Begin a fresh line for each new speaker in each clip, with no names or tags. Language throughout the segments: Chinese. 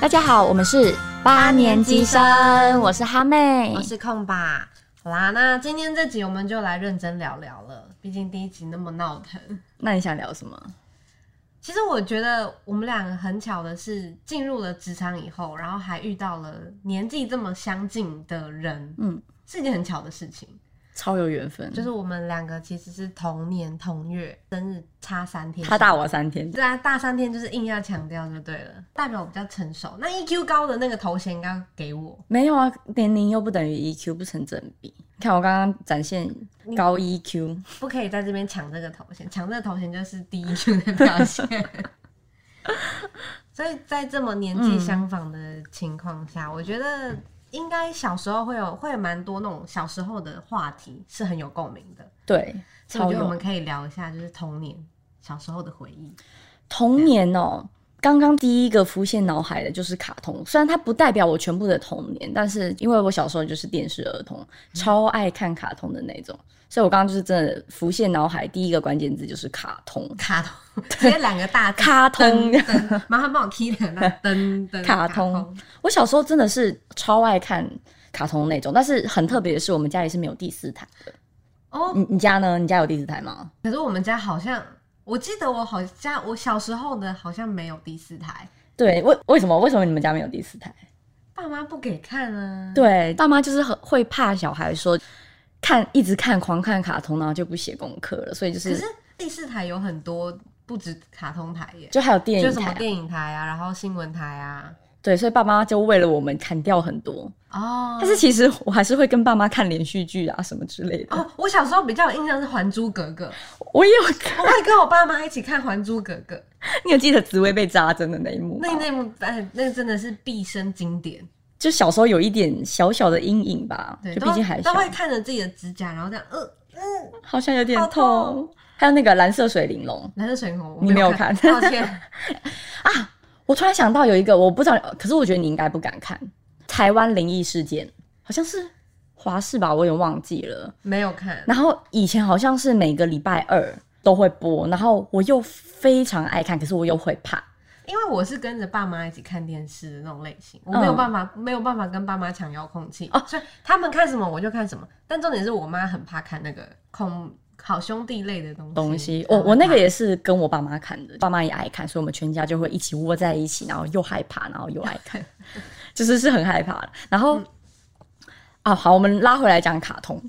大家好，我们是八年级生，我是哈妹
我，是空哦吧。好啦，那今天这集我们就来认真聊聊了，毕竟第一集那么闹腾。
那你想聊什么？
其实我觉得我们两个很巧的是，进入了职场以后，然后还遇到了年纪这么相近的人，
嗯，
是一件很巧的事情。
超有缘分，
就是我们两个其实是同年同月，生日差三天。
他大我三天，
对啊，大三天就是硬要强调就对了，代表我比较成熟。那 EQ 高的那个头衔应该给我，
没有啊，年龄又不等于 EQ，不成正比。看我刚刚展现高 E EQ，
不可以在这边抢这个头衔，抢这个头衔就是第一就的表现。 所以在这么年纪相仿的情况下，我觉得应该小时候会有会有蛮多那种小时候的话题是很有共鸣的，
对，
所以
超
我觉得我们
有
可以聊一下，就是童年小时候的回忆。
童年哦。刚刚第一个浮现脑海的就是卡通，虽然它不代表我全部的童年，但是因为我小时候就是电视儿童，超爱看卡通的那种，所以我刚刚就是真的浮现脑海第一个关键字就是卡通，
卡通，直接两个大字
卡通
噔噔麻烦帮我踢两个大字噔噔
卡通我小时候真的是超爱看卡通那种，但是很特别的是，我们家里是没有第四台的。
哦。
你你家呢？你家有第四台吗？
可是我们家好像，我记得我好像我小时候的好像没有第四台，
对，为为什么为什么你们家没有第四台？
爸妈不给看啊。
对，嗯爸妈就是很会怕小孩说看一直看狂看卡通，然后就不写功课了，所以就
可
是
是第四台有很多不止卡通台耶，
就还有电
就
影
什
台
么
啊，
电影台啊，然后新闻台啊。
对，所以爸妈就为了我们砍掉很多。
哦，
但是其实我还是会跟爸妈看连续剧啊什么之类的，
哦，我小时候比较有印象是《还珠格 格》，
我也有看。
我会跟我爸妈一起看《还珠格格》，
你有记得紫薇被扎针的那一幕吗？
那那幕哎，那真的是毕生经典。
就小时候有一点小小的阴影吧，
对，
就毕竟还
都
小
都。会看着自己的指甲，然后这样，呃，
好像有点
好
痛。
痛
还有那个蓝色水玲珑，
蓝色水红，我
你没有看
抱歉。
我突然想到有一个，我不知道，可是我觉得你应该不敢看。台湾灵异事件好像是华视吧，我有点忘记了。
没有看，
然后以前好像是每个礼拜二都会播，然后我又非常爱看，可是我又会怕。
因为我是跟着爸妈一起看电视的那种类型，我没有办法，没有办法跟爸妈抢遥控器，
嗯哦
所以他们看什么我就看什么。但重点是我妈很怕看那个恐好兄弟类的东西。嗯
东西，哦我
她很怕
我那个也是跟我爸妈看的，爸妈也爱看，所以我们全家就会一起窝在一起，然后又害怕，然后又爱看，就是是很害怕的。然后、啊，好，我们拉回来讲卡通，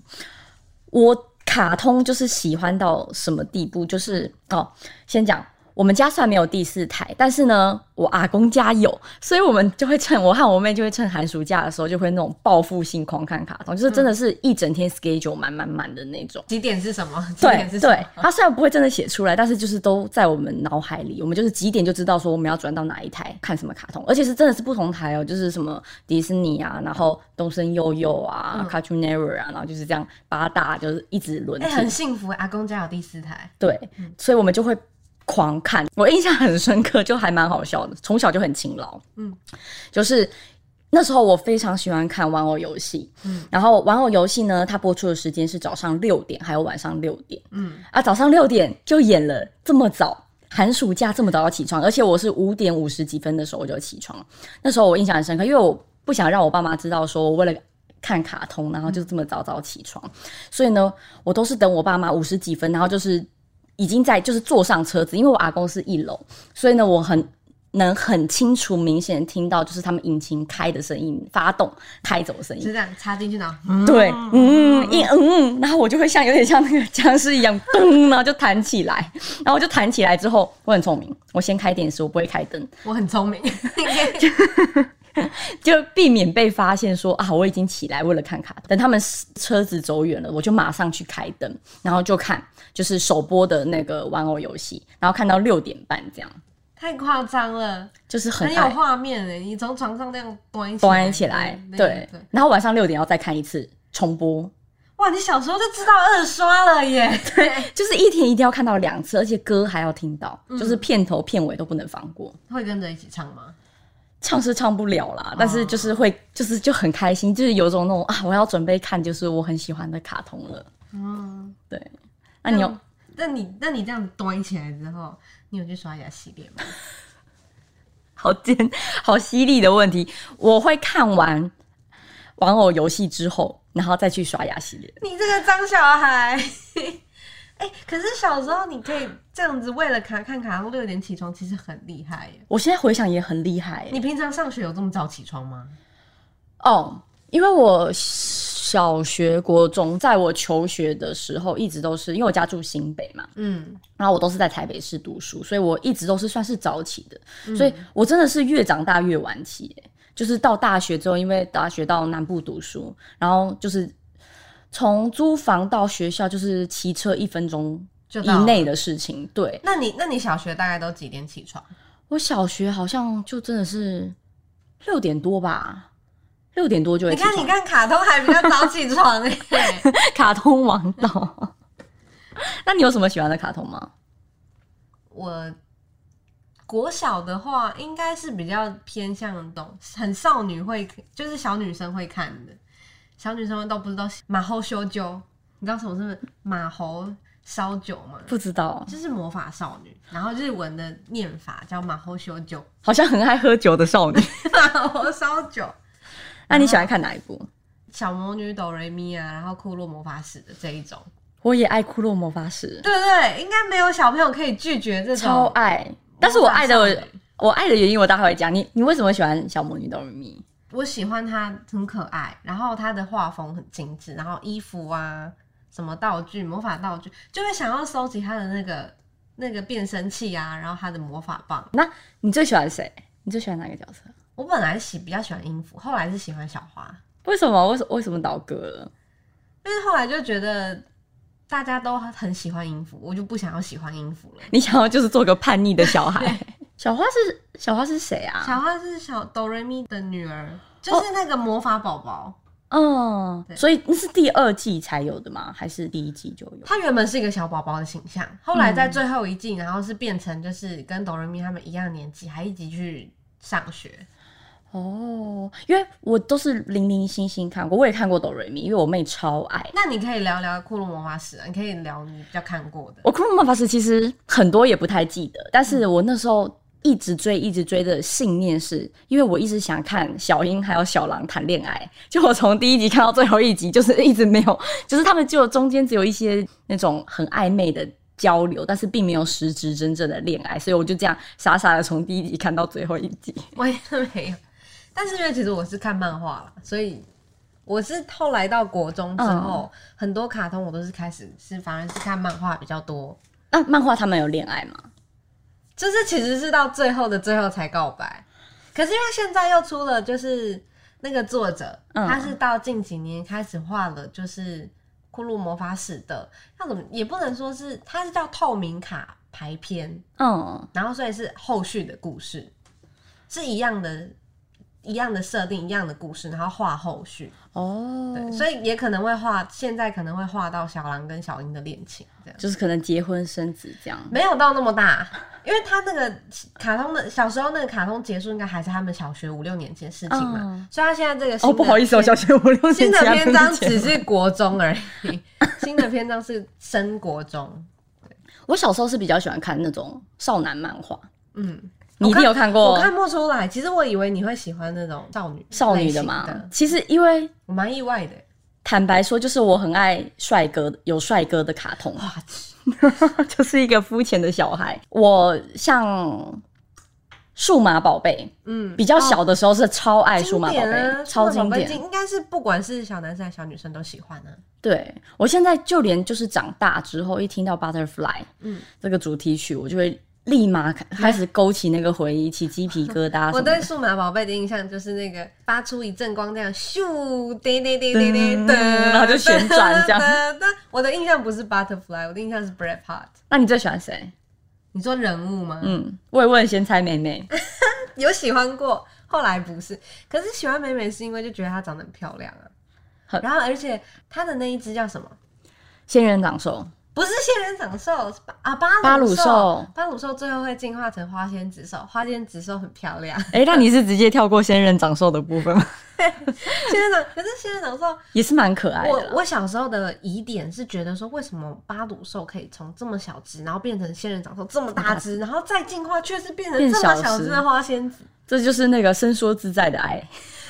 我卡通就是喜欢到什么地步，就是哦，先讲。我们家虽然没有第四台，但是呢，我阿公家有，所以我们就会趁我和我妹就会趁寒暑假的时候，就会那种报复性狂看卡通，就是真的是一整天 schedule 满满满的那种。
几点是什么？几
对
点是什么啊
对，他虽然不会真的写出来，但是就是都在我们脑海里，我们就是几点就知道说我们要转到哪一台看什么卡通，而且是真的是不同台哦，就是什么迪士尼啊，然后东森幼幼啊、
嗯
Cartoon Network 啊，然后就是这样八大就是一直轮替。
哎、很嗯幸福，阿公家有第四台，
对，所以我们就会狂看。我印象很深刻，就还蛮好笑的。从小就很勤劳，嗯
嗯，
就是那时候我非常喜欢看玩偶游戏，嗯
嗯，
然后玩偶游戏呢，它播出的时间是早上六点，还有晚上六点
嗯，
啊，早上六点就演了，这么早。寒暑假这么早要起床，而且我是五点五十几分的时候我就起床。那时候我印象很深刻，因为我不想让我爸妈知道，说我为了看卡通，然后就这么早早起床。所以呢，我都是等我爸妈五十几分，然后就是已经在就是坐上车子，因为我阿公是一楼，所以呢，我很能很清楚明显地听到就是他们引擎开的声音，发动开走的声
就
音。
这样插进去呢。嗯，
对，嗯，一嗯，嗯然后我就会像有点像那个僵尸一样，噔，然后就弹起来，然后我就弹起来之后，我很聪明，我先开电视，我不会开灯，
我很聪明，
就避免被发现说啊，我已经起来为了看卡通。等他们车子走远了，我就马上去开灯，然后就看就是首播的那个玩偶游戏，然后看到六点半这样，
太夸张了，
就是很
很有
爱
画面诶！你从床上那样端起来
端起来
那。个
对，然后晚上六点要再看一次重播，
哇，你小时候就知道二刷了耶！
就是一天一定要看到两次，而且歌还要听到，就是片头片尾都不能放过。
会跟着一起唱吗？
唱是唱不了啦，但是就是会，就是就很开心，就是有种那种啊，我要准备看就是我很喜欢的卡通了。
嗯，
对，那你有
那你那你这样端起来之后，你有去刷牙洗脸吗？
好尖、 好犀利的问题。我会看完玩偶游戏之后，然后再去刷牙洗脸。
你这个脏小孩！ 哎、可是小时候你可以这样子，为了卡看卡通六点起床，其实很厉害耶。
我现在回想也很厉害欸、
你平常上学有这么早起床吗？
哦，因为我小学、国中，在我求学的时候，一直都是因为我家住新北嘛，
嗯，
然后我都是在台北市读书，所以我一直都是算是早起的，
嗯
所以我真的是越长大越晚起耶、就是到大学之后，因为大学到南部读书，然后就是从租房到学校就是骑车一分钟
就
以
到了
内的事情。对
那你那你小学大概都几点起床？
我小学好像就真的是六点多吧，六点多就会
你
起
看
床
你看卡通还比较早起 床哎、
卡通王道。 那你有什么喜欢的卡通吗？
我国小的话，应该是比较偏向懂很少女会，就是小女生会看的。小女生们都不知道马猴修酒，你知道什么是马猴烧酒吗？
不知道，
就是魔法少女，然后日文的念法叫马猴修酒，
好像很爱喝酒的少女。
马猴烧酒。
那你喜欢看哪一部？
小魔女哆瑞咪啊，然后库洛魔法使的这一种，
我也爱《库洛魔法使
对对，应该没有小朋友可以拒绝这》，
超
种。
爱。但是我爱
魔法少
的
女，
我爱的原因，我待会会讲。你你为什么喜欢小魔女哆瑞咪？
我喜欢它很可爱，然后它的画风很精致，然后衣服啊，什么道具、魔法道具，就会想要收集它的那个那个变声器啊，然后它的魔法棒。
那你最喜欢谁？你最喜欢哪个角色？
我本来喜比较喜欢音符，后来是喜欢小花，
为什么？为什为什么倒戈了？
但是后来就觉得大家都很喜欢音符，我就不想要喜欢音符了。
你想要就是做个叛逆的小 孩。小花是小花是谁啊？
小花是小哆瑞咪的女儿，就是那个魔法宝宝。
嗯，
对
所以那是第二季才有的吗？还是第一季就有？
他原本是一个小宝宝的形象，后来在最后一季，然后是变成就是跟哆瑞咪他们一样年纪，还一起去上学。
哦，因为我都是零零星星看过，我也看过哆瑞咪，因为我妹超爱。
那你可以聊聊《库洛魔法使》啊，你可以聊你比较看过的。
我《库洛魔法使》其实很多也不太记得，但是我那时候一直追一直追的信念是，因为我一直想看小樱还有小狼谈恋爱，就我从第一集看到最后一集，就是一直没有，就是他们就中间只有一些那种很暧昧的。交流，但是并没有实质真正的恋爱，所以我就这样傻傻的从第一集看到最后一集。
我也是没有，但是因为其实我是看漫画啦，所以我是后来到国中之后，很多卡通我都是开始是反而是看漫画比较多，
那漫画他们有恋爱吗？
就是其实是到最后的最后才告白。可是因为现在又出了，就是那个作者，
嗯
他是到近几年开始画了，就是《库洛魔法使》的，那怎么也不能说是，它是叫透明卡排篇，
嗯，
然后所以是后续的故事是一样的，一样的设定，一样的故事，然后画后续，
哦
对，所以也可能会画，现在可能会画到小狼跟小樱的恋情这样。
就是可能结婚生子这样。
没有到那么大，因为他那个卡通的小时候那个卡通结束，应该还是他们小学五六年级的事情嘛，
嗯
所以他现在这个新
哦，
的
不好意思，我小学五六年级
新的
还
篇章
没结
只是国中而已，新的篇章是升国中，
我小时候是比较喜欢看那种少男漫画，
嗯，
你一定有看过
我看不出来，其实我以为你会喜欢那种少女
少女
的
的嘛？其实因为
我蛮意外的，
坦白说，就是我很爱帅哥，有帅哥的卡通，
哇，
就是一个肤浅的小孩。我像数码宝贝，
嗯，
比较小的时候是超爱数码宝
经
贝，
典啊，
超
数
经
码宝贝
典。
应该是不管是小男生还是小女生都喜欢啊，
对我现在就连就是长大之后，一听到 Butterfly，
嗯
这个主题曲，我就会立马开开始勾起那个回忆，起鸡皮疙瘩什
我
么的。
对数码宝贝的印象就是那个发出一阵光，这样咻，滴滴滴滴滴，噔
嗯然后就旋转 这样
样。我的印象不是 Butterfly，我的印象是 Brave Heart。
那你最喜欢谁？
你说人物吗？
嗯，慰问先猜妹妹。
有喜欢过，后来不是。可是喜欢美美是因为就觉得她长得很漂亮啊
很。
然后而且她的那一只叫什么？
仙人掌手，
不是仙人掌兽是巴啊，巴
巴
鲁
鲁兽
巴鲁兽最后会进化成花仙子兽，花仙子兽很漂亮。
哎、那你是直接跳过仙人掌兽的部分吗？
仙人掌可是仙人掌兽，
也是蛮可爱的
我
啦。
我小时候的疑点是觉得说，为什么巴鲁兽可以从这么小只，然后变成仙人掌兽这么大只，然后再进化却是变成
变
这么
小
小
只
只的花仙子？
这就是那个伸缩自在的爱，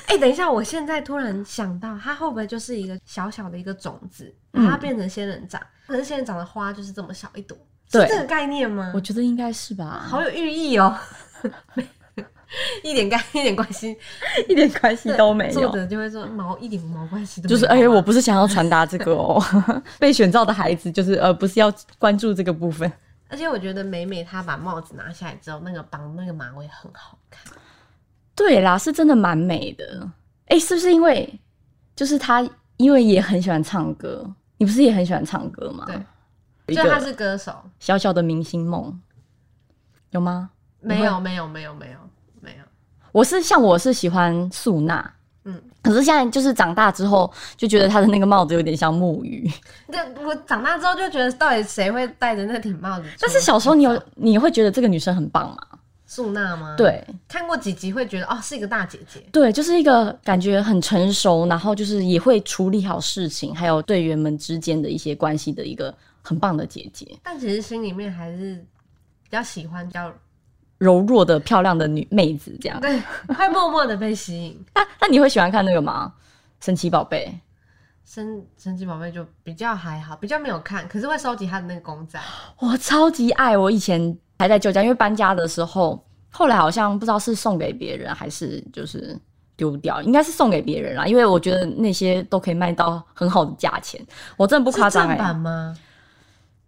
哎、等一下，我现在突然想到，它会不会就是一个小小的一个种子，
嗯
然后它变成仙人掌？可是仙人掌的花就是这么小一朵，
对
是这个概念吗
我？觉得应该是吧，
好有寓意哦， 一点概一点关系
一点关系都没
作
有。
者就会说毛一点毛关系都没
就
有
是，
啊
哎、我不是想要传达这个哦， 被选召的孩子就是，呃，不是要关注这个部分，
而且我觉得美美她把帽子拿下来之后，那个绑那个马尾很好看。
对啦，是真的蛮美的。哎、是不是因为就是他，因为也很喜欢唱歌，你不是也很喜欢唱歌吗？一
对，就她
个
是歌手，
小小的明星梦，有吗？
没有没有没有没有没有，
我是像我是喜欢素娜，
嗯，
可是现在就是长大之后就觉得她的那个帽子有点像木鱼，
这我长大之后就觉得，到底谁会戴着那顶帽子出门？
但是小时候你有你会觉得这个女生很棒嘛？
素娜吗？，
对
看过几集会觉得哦，是一个大姐姐。
对，就是一个感觉很成熟，然后就是也会处理好事情，还有队员们之间的一些关系的一个很棒的姐姐，
但其实心里面还是比较喜欢，比较
柔弱的漂亮的女妹子这样。
对， 会默默的被吸引。
那那你会喜欢看那个吗？神奇宝贝
神神奇宝贝就比较还好，比较没有看，可是会收集他的那个公仔。
我超级爱，我以前还在旧家，因为搬家的时候，后来好像不知道是送给别人还是就是丢掉，应该是送给别人啦，因为我觉得那些都可以卖到很好的价钱，我真的不
是
夸张
正
哎
版，吗？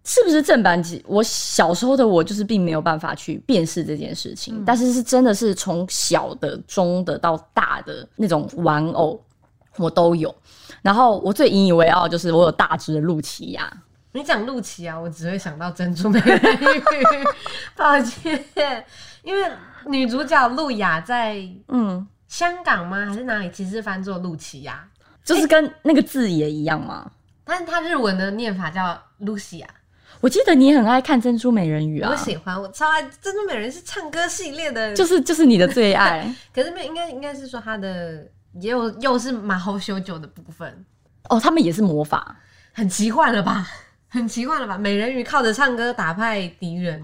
是不是正版？其我小时候的我就是并没有办法去辨识这件事
嗯
情，但是是真的是从小的、中的到大的那种玩偶，我都有。然后我最引以为傲就是我有大只的露琪亚，
你讲陆琪啊，我只会想到珍珠美人鱼，抱歉，因为女主角路雅在
嗯，
香港吗？还是哪里？其实翻作陆琪亚，
就是跟那个字也一样嘛。
但是她日文的念法叫露西亚。
我记得你也很爱看《珍珠美人鱼》啊
我，喜欢，我超爱珍珠美人鱼是唱歌系列的，
就是就是你的最 爱
可是没有应该应该是说她的也有又是马猴修酒的部分，
哦。他们也是魔法，
很奇幻了吧？ 很奇幻了吧？美人鱼靠着唱歌打败敌人，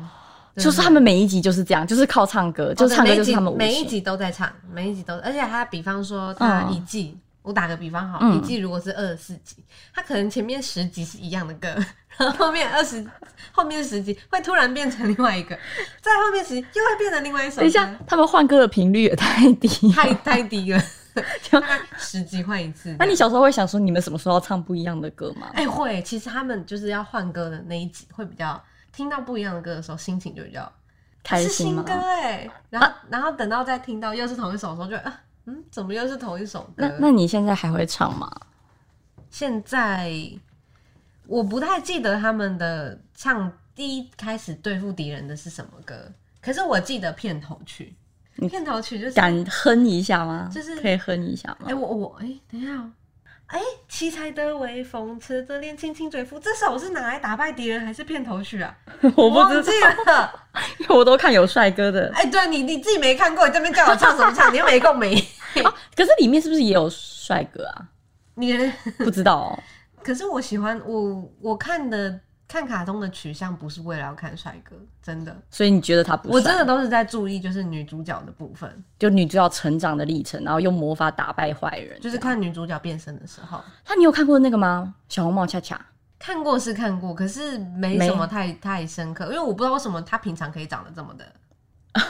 对
就是他们每一集就是这样，就是靠唱歌，就是唱歌就是他们
哦
武
对每一集每一
器。
集都在唱，每一集都，而且他比方说他一季，我打个比方好，
嗯
一季如果是二十四集，他可能前面十集是一样的歌， 然后后面二十，后面十集会突然变成另外一个，在后面十集又会变成另外一首歌。
等一下，他们换歌的频率也太低。
太太低了，大概十集换一次。
那你小时候会想说，你们什么时候要唱不一样的歌吗？
哎、会，其实他们就是要换歌的那一集会比较听到不一样的歌的时候，心情就比较
开
是
心
新
吗
歌？哎、然后、然后等到再听到又是同一首的时候就，啊嗯，怎么又是同一首歌？
那那你现在还会唱吗？
现在我不太记得他们的唱第一开始对付敌人的是什么歌，可是我记得片头曲，片头曲就是
敢哼一下吗？
就是
可以哼一下吗
哎、？我我哎、等一下、哦，哎、七彩的微风，扯着脸轻轻吹拂。这首是拿来打败敌人还是片头曲啊？
我不
忘
知
记
道，
了。
因为我都看有帅哥的。
哎、对你你自己没看过，你这边叫我唱什么唱？你又没共鸣。
啊可是里面是不是也有帅哥 啊？
你
不知道哦。
可是我喜欢我我看的看卡通的取向不是为了要看帅哥，真的，
所以你觉得他不帅？
我真的都是在啊注意就是女主角的部分，
就女主角成长的历程，然后用魔法打败坏人，
就是看女主角变身的时候。
那你有看过那个吗？小红帽恰 恰
看过是看过，可是没什么太太深刻，因为我不知道为什么她平常可以长得这么的
啊，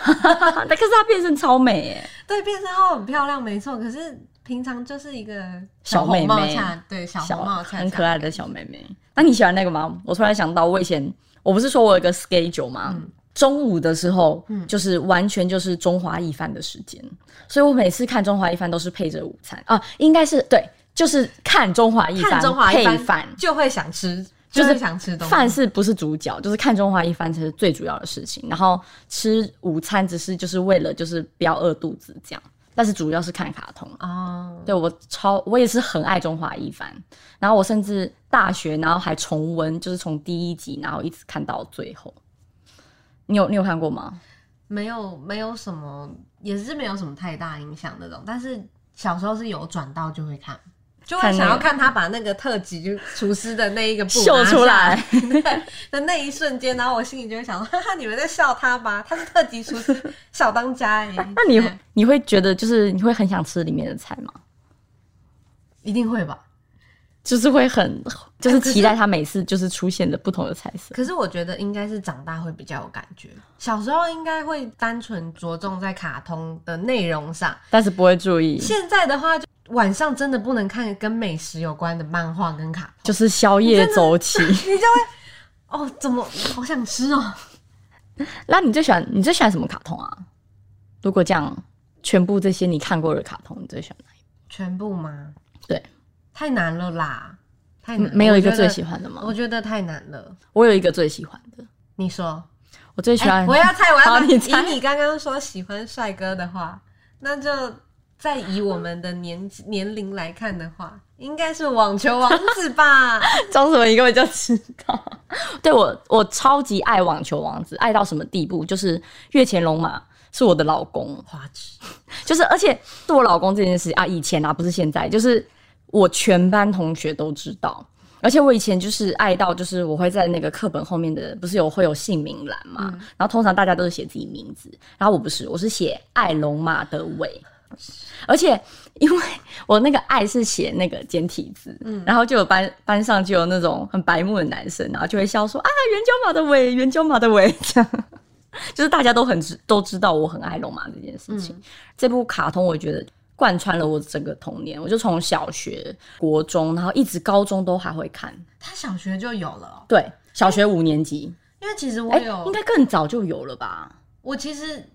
但可是她变身超美耶！
对，变身后很漂亮，没错。可是平常就是一个
小
红
妹
帽
妹
恰，对，小红帽恰恰，
很可爱的小妹妹。那你喜欢那个吗？我突然想到，我以前我不是说我有一个 schedule 吗？
嗯
中午的时候，就是完全就是中华一番的时间，所以我每次看中华一番都是配着午餐啊，应该是对，就是看中华一
看
番
中华一
配
番
饭，
就会想吃，
就
就是是想吃东西。
饭是不是主角，就是看中华一番才是最主要的事情。然后吃午餐只是就是为了就是不要饿肚子这样。但是主要是看卡通。
哦，
对我超，我也是很爱中华一番。然后我甚至大学，然后还重温，就是从第一集，然后一直看到最后。你有你有看过吗？
没有没有什么，也是没有什么太大影响那种。但是小时候是有转到就会看，就会
看那
想
个
要看他把那个特辑就厨师的那一个布
秀出来
拿下来对的那一瞬间，然后我心里就会想说，哈哈，你们在笑他吧，他是特级厨师小当家 哎、
那你
对
你会觉得就是你会很想吃里面的菜吗？
一定会吧？
就是会很就是
哎可是
期待它每次就是出现的不同的菜色。
可是我觉得应该是长大会比较有感觉，小时候应该会单纯着重在卡通的内容上，
但是不会注意，
现在的话就晚上真的不能看跟美食有关的漫画跟卡通。
就是宵夜走起。
你就会哦，怎么好想吃哦？
那你最喜欢你最喜欢什么卡通啊？如果这样，全部这些你看过的卡通，你最喜欢哪一
全部吗？
对，
太难了啦，太难了
个？没有一个
哎我觉得
最喜欢的吗？
我觉得太难了。
我有一个最喜欢的，
你说，
我最喜欢、
哎我要猜，我要
好
猜。
你猜
以你刚刚说喜欢帅哥的话，那就再以我们的年纪年龄来看的话，应该是网球王 子吧？
装什么？你根本就知道。 对我，我超级爱网球王子，爱到什么地步？就是月前龙马是我的老公，
花痴，
就是而且对我老公这件事啊，以前啊不是现在，就是我全班同学都知道。而且我以前就是爱到，就是我会在那个课本后面的，不是有会有姓名栏嘛、然后通常大家都是写自己名字，然后我不是，我是写爱龙马的尾。而且因为我那个爱是写那个简体字，然后就有班班上就有那种很白目的男生，然后就会笑说啊，圆角马的尾，圆角马的尾，这样，就是大家都很知都知道我很爱龙马这件事情。这部卡通我觉得贯穿了我整个童年，我就从小学、国中，然后一直高中都还会看。
他小学就有了、哦，
对，小学五年级，
因为其实我
哎、
有、
应该更早就有了吧？
我其实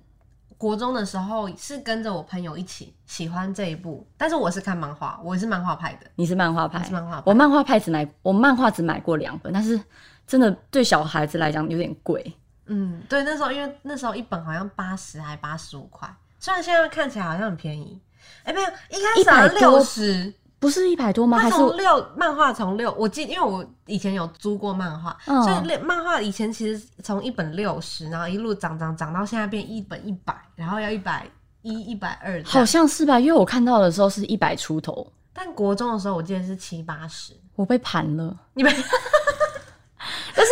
国中的时候是跟着我朋友一起喜欢这一部，但是我是看漫画，我是漫画派的。
你是漫画派，
我是漫画派
我漫画派只买，我漫画只买过两本，但是真的对小孩子来讲有点贵。
嗯，对，那时候因为那时候一本好像八十还八十五块，虽然现在看起来好像很便宜。哎、没有，一开始好像
100多
六十，
不是一百多吗？还
它
是
从六漫画从六，我记，因为我以前有租过漫画，
嗯
所以六漫画以前其实从一本六十，然后一路涨涨涨到现在变一本一百，然后要一百一、一百二这
好
样。
像是吧？因为我看到的时候是一百出头，
但国中的时候我记得是七八十，
我被盘了。
你们，但是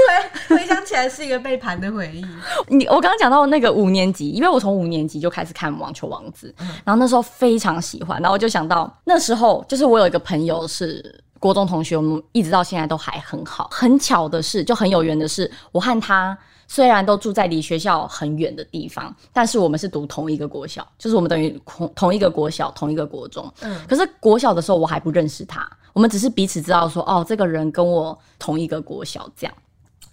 回想起来是一个被盘的回忆。
你我刚刚讲到那个五年级，因为我从五年级就开始看《网球王子》然后那时候非常喜欢，然后我就想到那时候就是我有一个朋友是国中同学，我们一直到现在都还很好。很巧的是，就很有缘的是，我和他虽然都住在离学校很远的地方，但是我们是读同一个国小，就是我们等于同同一个国小、同一个国中。
嗯
可是国小的时候我还不认识他，我们只是彼此知道说，哦，这个人跟我同一个国小这样。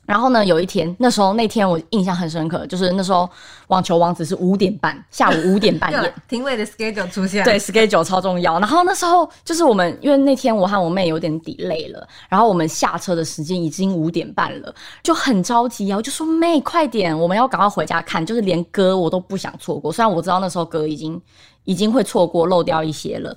然后呢，有一天，那时候那天我印象很深刻，就是那时候网球王子是五点半，下午五点半
又
演
有，评委的 schedule 出现，
对，，schedule 超重要。然后那时候就是我们，因为那天我和我妹有点 delay 了，然后我们下车的时间已经五点半了，就很着急啊，我就说妹，快点，我们要赶快回家看，就是连歌我都不想错过。虽然我知道那时候歌已经已经会错过漏掉一些了。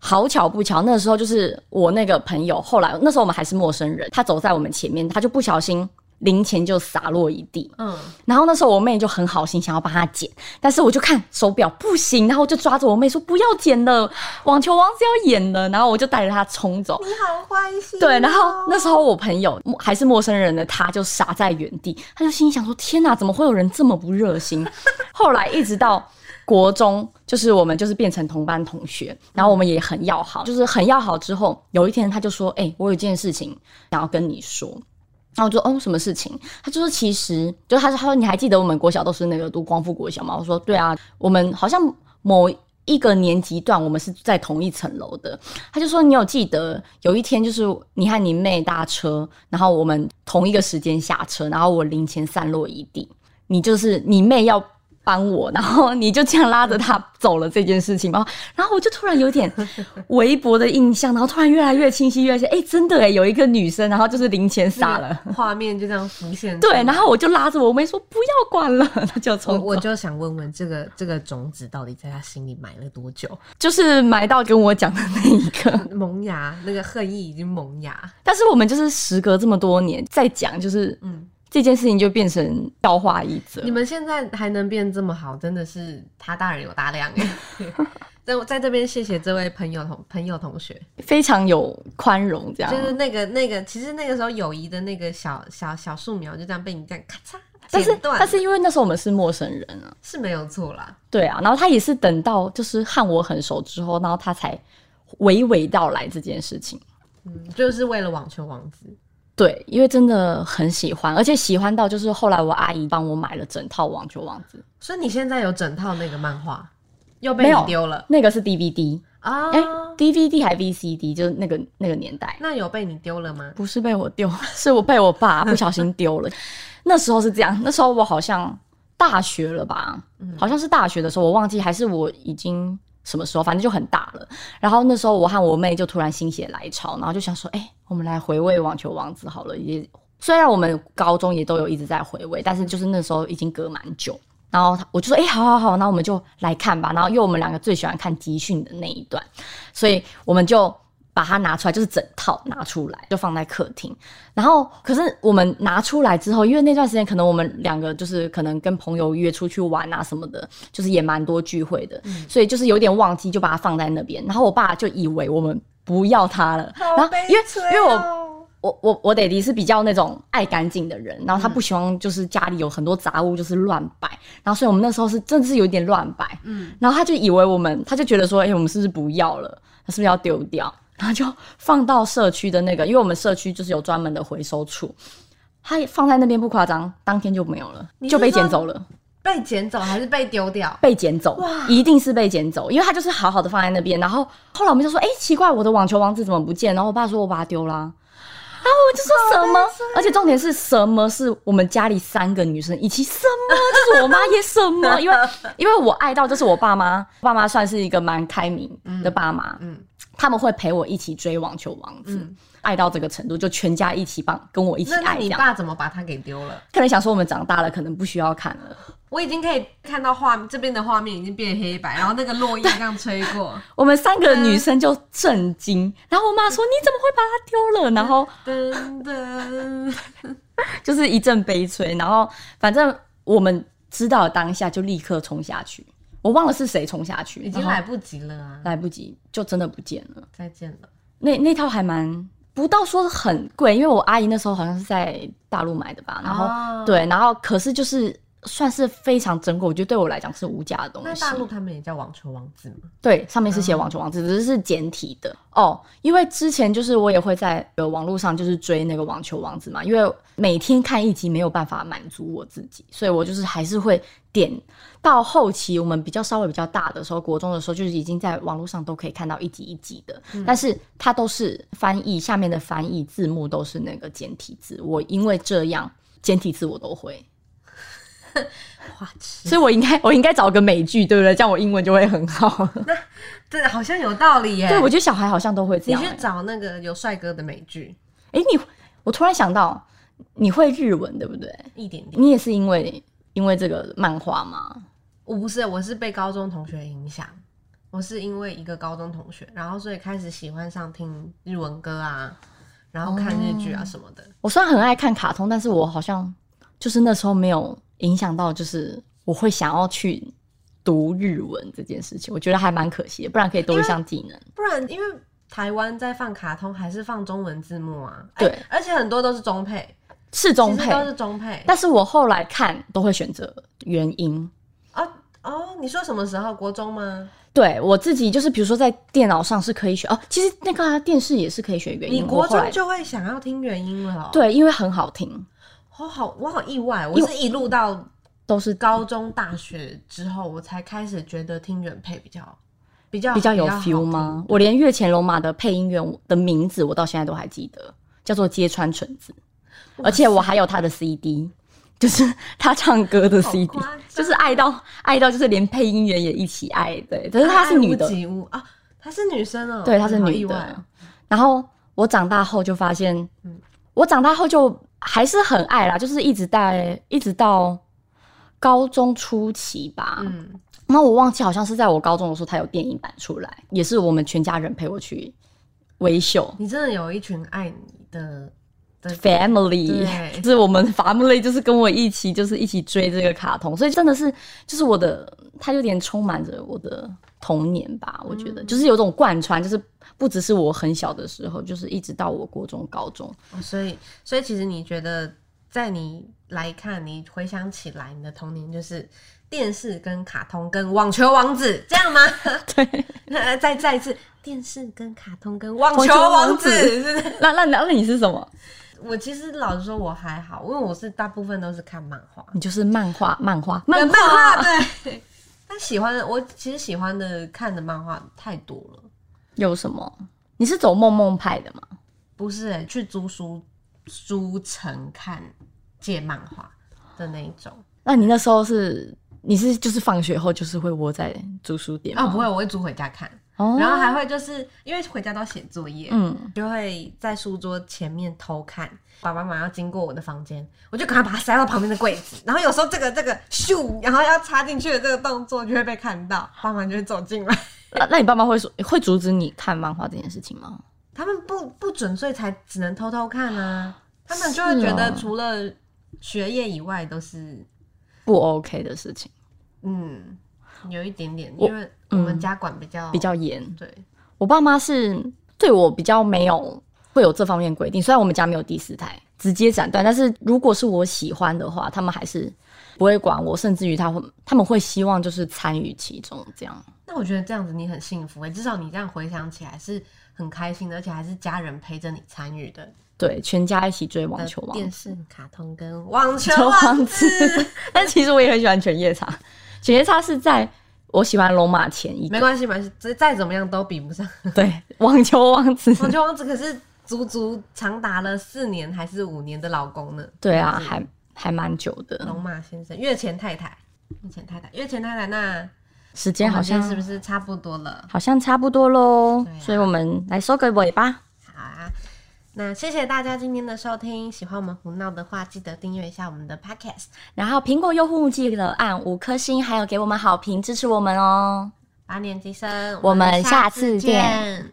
好巧不巧，那时候就是我那个朋友，后来那时候我们还是陌生人，他走在我们前面，他就不小心零钱就洒落一地。
嗯，
然后那时候我妹就很好心想要帮她捡，但是我就看手表不行，然后我就抓着我妹说不要捡了，网球王子要演了，然后我就带着她冲 走。
你好坏心、
对，然后那时候我朋友还是陌生人的他，就傻在原地，他就心里想说：天哪，怎么会有人这么不热心？ 后来一直到国中，就是我们就是变成同班同学，然后我们也很要好，就是很要好之后，有一天他就说：哎、我有一件事情想要跟你说。然后我就哦，什么事情？他就说其实就是他说他说你还记得我们国小都是那个读光复国小吗？我说对啊，我们好像某一个年级段我们是在同一层楼的。他就说你有记得有一天就是你和你妹搭车，然后我们同一个时间下车，然后我零钱散落一地，你就是你妹要。帮我，然后你就这样拉着他走了这件事情吗？然后我就突然有点微薄的印象，然后突然越来越清晰，越来越哎、真的哎，有一个女生，然后就是零钱撒了，，
画面就这样浮现。
对，然后我就拉着我妹说不要管了，她就
我
从
我就想问问，这个这个种子到底在他心里埋了多久？
就是埋到跟我讲的那一个，
萌芽，那个恨意已经萌芽。
但是我们就是时隔这么多年再讲，就是
嗯，
这件事情就变成笑话一则
你。们现在还能变这么好，真的是他大人有大量耶。 在我在这边谢谢这位朋友同朋友同学，
非常有宽容，这样。
就是那个那个，其实那个时候友谊的那个小小小树苗就这样被你这样咔嚓
但是
剪断，
但是因为那时候我们是陌生人啊，
是没有错啦。
对啊，然后他也是等到就是和我很熟之后，然后他才娓娓道来这件事情。
嗯，就是为了网球王子，
对，因为真的很喜欢，而且喜欢到就是后来我阿姨帮我买了整套《网球王子
所以你现在有整套那个漫画，又被
没有
你丢》，了
那个是 DVD，
啊？
哎、d v d 还 VCD，就是那个那个年代，
那有被你丢了吗？
不是被我丢， 是我被我爸不小心丢了。那时候是这样，那时候我好像大学了吧，好像是大学的时候，我忘记还是我已经什么时候，反正就很大了。然后那时候我和我妹就突然心血来潮，然后就想说，哎、我们来回味《网球王子》好了。也虽然我们高中也都有一直在回味，但是就是那时候已经隔蛮久。然后我就说，哎、好好好，那我们就来看吧。然后因为我们两个最喜欢看集训的那一段，所以我们就把它拿出来，就是整套拿出来，就放在客厅。然后，可是我们拿出来之后，因为那段时间可能我们两个就是可能跟朋友约出去玩啊什么的，就是也蛮多聚会的，所以就是有点忘记，就把它放在那边。然后我爸就以为我们不要它了，
啊
然后因为因为我
我
我我我爹地是比较那种爱干净的人，然
嗯
后他不喜欢就是家里有很多杂物就是乱摆，然后所以我们那时候是真的是有点乱摆，
嗯
然后他就以为我们，他就觉得说，哎、我们是不是不要了？是不是要丢掉？然后就放到社区的那个，因为我们社区就是有专门的回收处，他也放在那边不夸张，当天就没有了
你，是
就被
说
捡走了，
被捡走还是被丢掉？
被捡走
哇，
一定是被捡走，因为他就是好好的放在那边。然后后来我们就说，哎、奇怪，我的网球王子怎么不见？然后我爸说我把它丢啦、然后我就说什 么？而且重点是什么？是我们家里三个女生一起什么？就是我妈也什么？因为因为我爱到就是我爸妈，我爸妈算是一个蛮开明的爸妈，
嗯
他们会陪我一起追网球王子，
嗯，
爱到这个程度，就全家一起帮跟我一起
那那
爱这
你
样。
爸怎么把它给丢了？
可能想说我们长大了，可能不需要看了。
我已经可以看到画这边的画面已经变黑 白，然后那个落叶这样吹过，
我们三个女生就震
嗯
惊，然后我妈说：“你怎么会把它丢了？”然后
噔噔，
就是一阵悲催，然后反正我们知道当下就立刻冲下去，我忘了是谁冲下去，
已经
然后
来不及了啊！
来不及，就真的不见了。
再见了，
那那套还蛮不到说很贵，因为我阿姨那时候好像是在大陆买的吧，然后、
哦
对，然后可是就是算是非常珍贵，我觉得对我来讲是无价的东西。
那大陆他们也叫网球王子吗？
对，上面是
嗯
写网球王子，只是是简体的哦。因为之前就是我也会在呃网络上就是追那个网球王子嘛，因为每天看一集没有办法满足我自己，所以我就是还是会点到后期我们比较稍微比较大的时候，国中的时候就是已经在网络上都可以看到一集一集的，
嗯
但是它都是翻译下面的翻译字幕都是那个简体字，我因为这样简体字我都会。
花痴，
所以我应该我应该找个美剧，对不对？这样我英文就会很好。
对，好像有道理耶。
对，我觉得小孩好像都会这
你
样、
去找那个有帅哥的美剧，
哎、你我突然想到，你会日文对不对？
一点点。
你也是因为因为这个漫画吗？
我不是，我是被高中同学影响，我是因为一个高中同学，然后所以开始喜欢上听日文歌啊，然后看日
哦
剧啊什么的。
我虽然很爱看卡通，但是我好像就是那时候没有影响到，就是我会想要去读日文这件事情，我觉得还蛮可惜的，不然可以多一项技能。
不然，因为台湾在放卡通还是放中文字幕啊，
对
哎而且很多都是中配，
是中配
其实，都是中配。
但是我后来看都会选择原音。
啊哦，你说什么时候？国中吗？
对我自己就是，比如说在电脑上是可以选哦，其实那个、啊、电视也是可以选原
你
音。我
国
后
中
来
就会想要听原音了、哦？，
对，因为很好听，
我、好，我好意外，我是一路到
都是
高中、大学之后，我才开始觉得听原配比较比较
比较有
好
feel 吗？我连月前龙马的配音员的名字我到现在都还记得，叫做揭川纯子，
听？
而且我还有他的 CD，就是他唱歌的
好
CD，
夸张啊
就是爱到爱到就是连配音员也一起爱，对，可是她是女的
爱屋，及乌啊，她是女生哦，
对，她是
好
女
意外
的
哦。
然后我长大后就发现
嗯，
我长大后就还是很爱啦，就是一直在一直到高中初期吧。
嗯，
那我忘记好像是在我高中的时候，它有电影版出来，也是我们全家人陪我去维修。
你真的有一群爱你的的
Family，
对
就是我们 Family，就是跟我一起，就是一起追这个卡通，所以真的是，就是我的，它有点充满着我的童年吧。我觉得，
嗯
就是有种贯穿，就是不只是我很小的时候，就是一直到我国中、高中，
哦所以，所以其实你觉得，在你来看，你回想起来，你的童年就是电视跟卡通跟网球王子这样吗？
对，
呃再再一次，电视跟卡通跟网
网
球
球
王
王
子，
子
是不是？
那那那那你是什么？
我其实老实说，我还好，因为我是大部分都是看漫画，
你就是漫画，漫画，
对
漫
漫画对。哦 但喜欢的，我其实喜欢的看的漫画太多了，
有什么？你是走梦梦派的吗？
不是、欸、去租书书城看借漫画的那一种。
那你那时候是你是就是放学后就是会窝在租书店
啊、
吗？
不会，我会租回家看，
哦
然后还会就是因为回家都要写作业，
嗯，
就会在书桌前面偷看。爸爸妈妈要经过我的房间，我就赶快把它塞到旁边的柜子。然后有时候这个这个咻，然后要插进去的这个动作就会被看到，爸妈就会走进来。
那啊那你爸妈会说会阻止你看漫画这件事情吗？
他们不不准，所以才只能偷偷看 啊。他们就会觉得
是哦
除了学业以外都是
不 OK 的事情
嗯有一点点，
我嗯
因为我们家管比较、
比较严。
对，
我爸妈是对我比较没有会有这方面规定，虽然我们家没有第四台直接斩断，但是如果是我喜欢的话，他们还是不会管我，甚至于他会他们会希望就是参与其中这样。
那我觉得这样子你很幸福诶、欸至少你这样回想起来是很开心的，而且还是家人陪着你参与的。
对，全家一起追网球
呃
王
电视、卡通跟网球
球
王
王
子
子。 但其实我也很喜欢犬夜叉，犬夜叉是在我喜欢龙马前一
没
个，
关系，没关系，再再怎么样都比不上
对，网球王 子，
网球王子，可是足足长达了四年还是五年的老公呢。
对啊，还还蛮久的，
龙马先生，月前太太，月前太太，月前太太，那
时
我
间
们
好
今
像
天是不是差不多了？
好像差不多喽
对啊，
所以我们来收个尾吧。
好啊，那谢谢大家今天的收听，喜欢我们胡闹的话，记得订阅一下我们的 podcast。
然后苹果用户记得按五颗星，还有给我们好评支持我们哦。
八年级生，
我们下次见。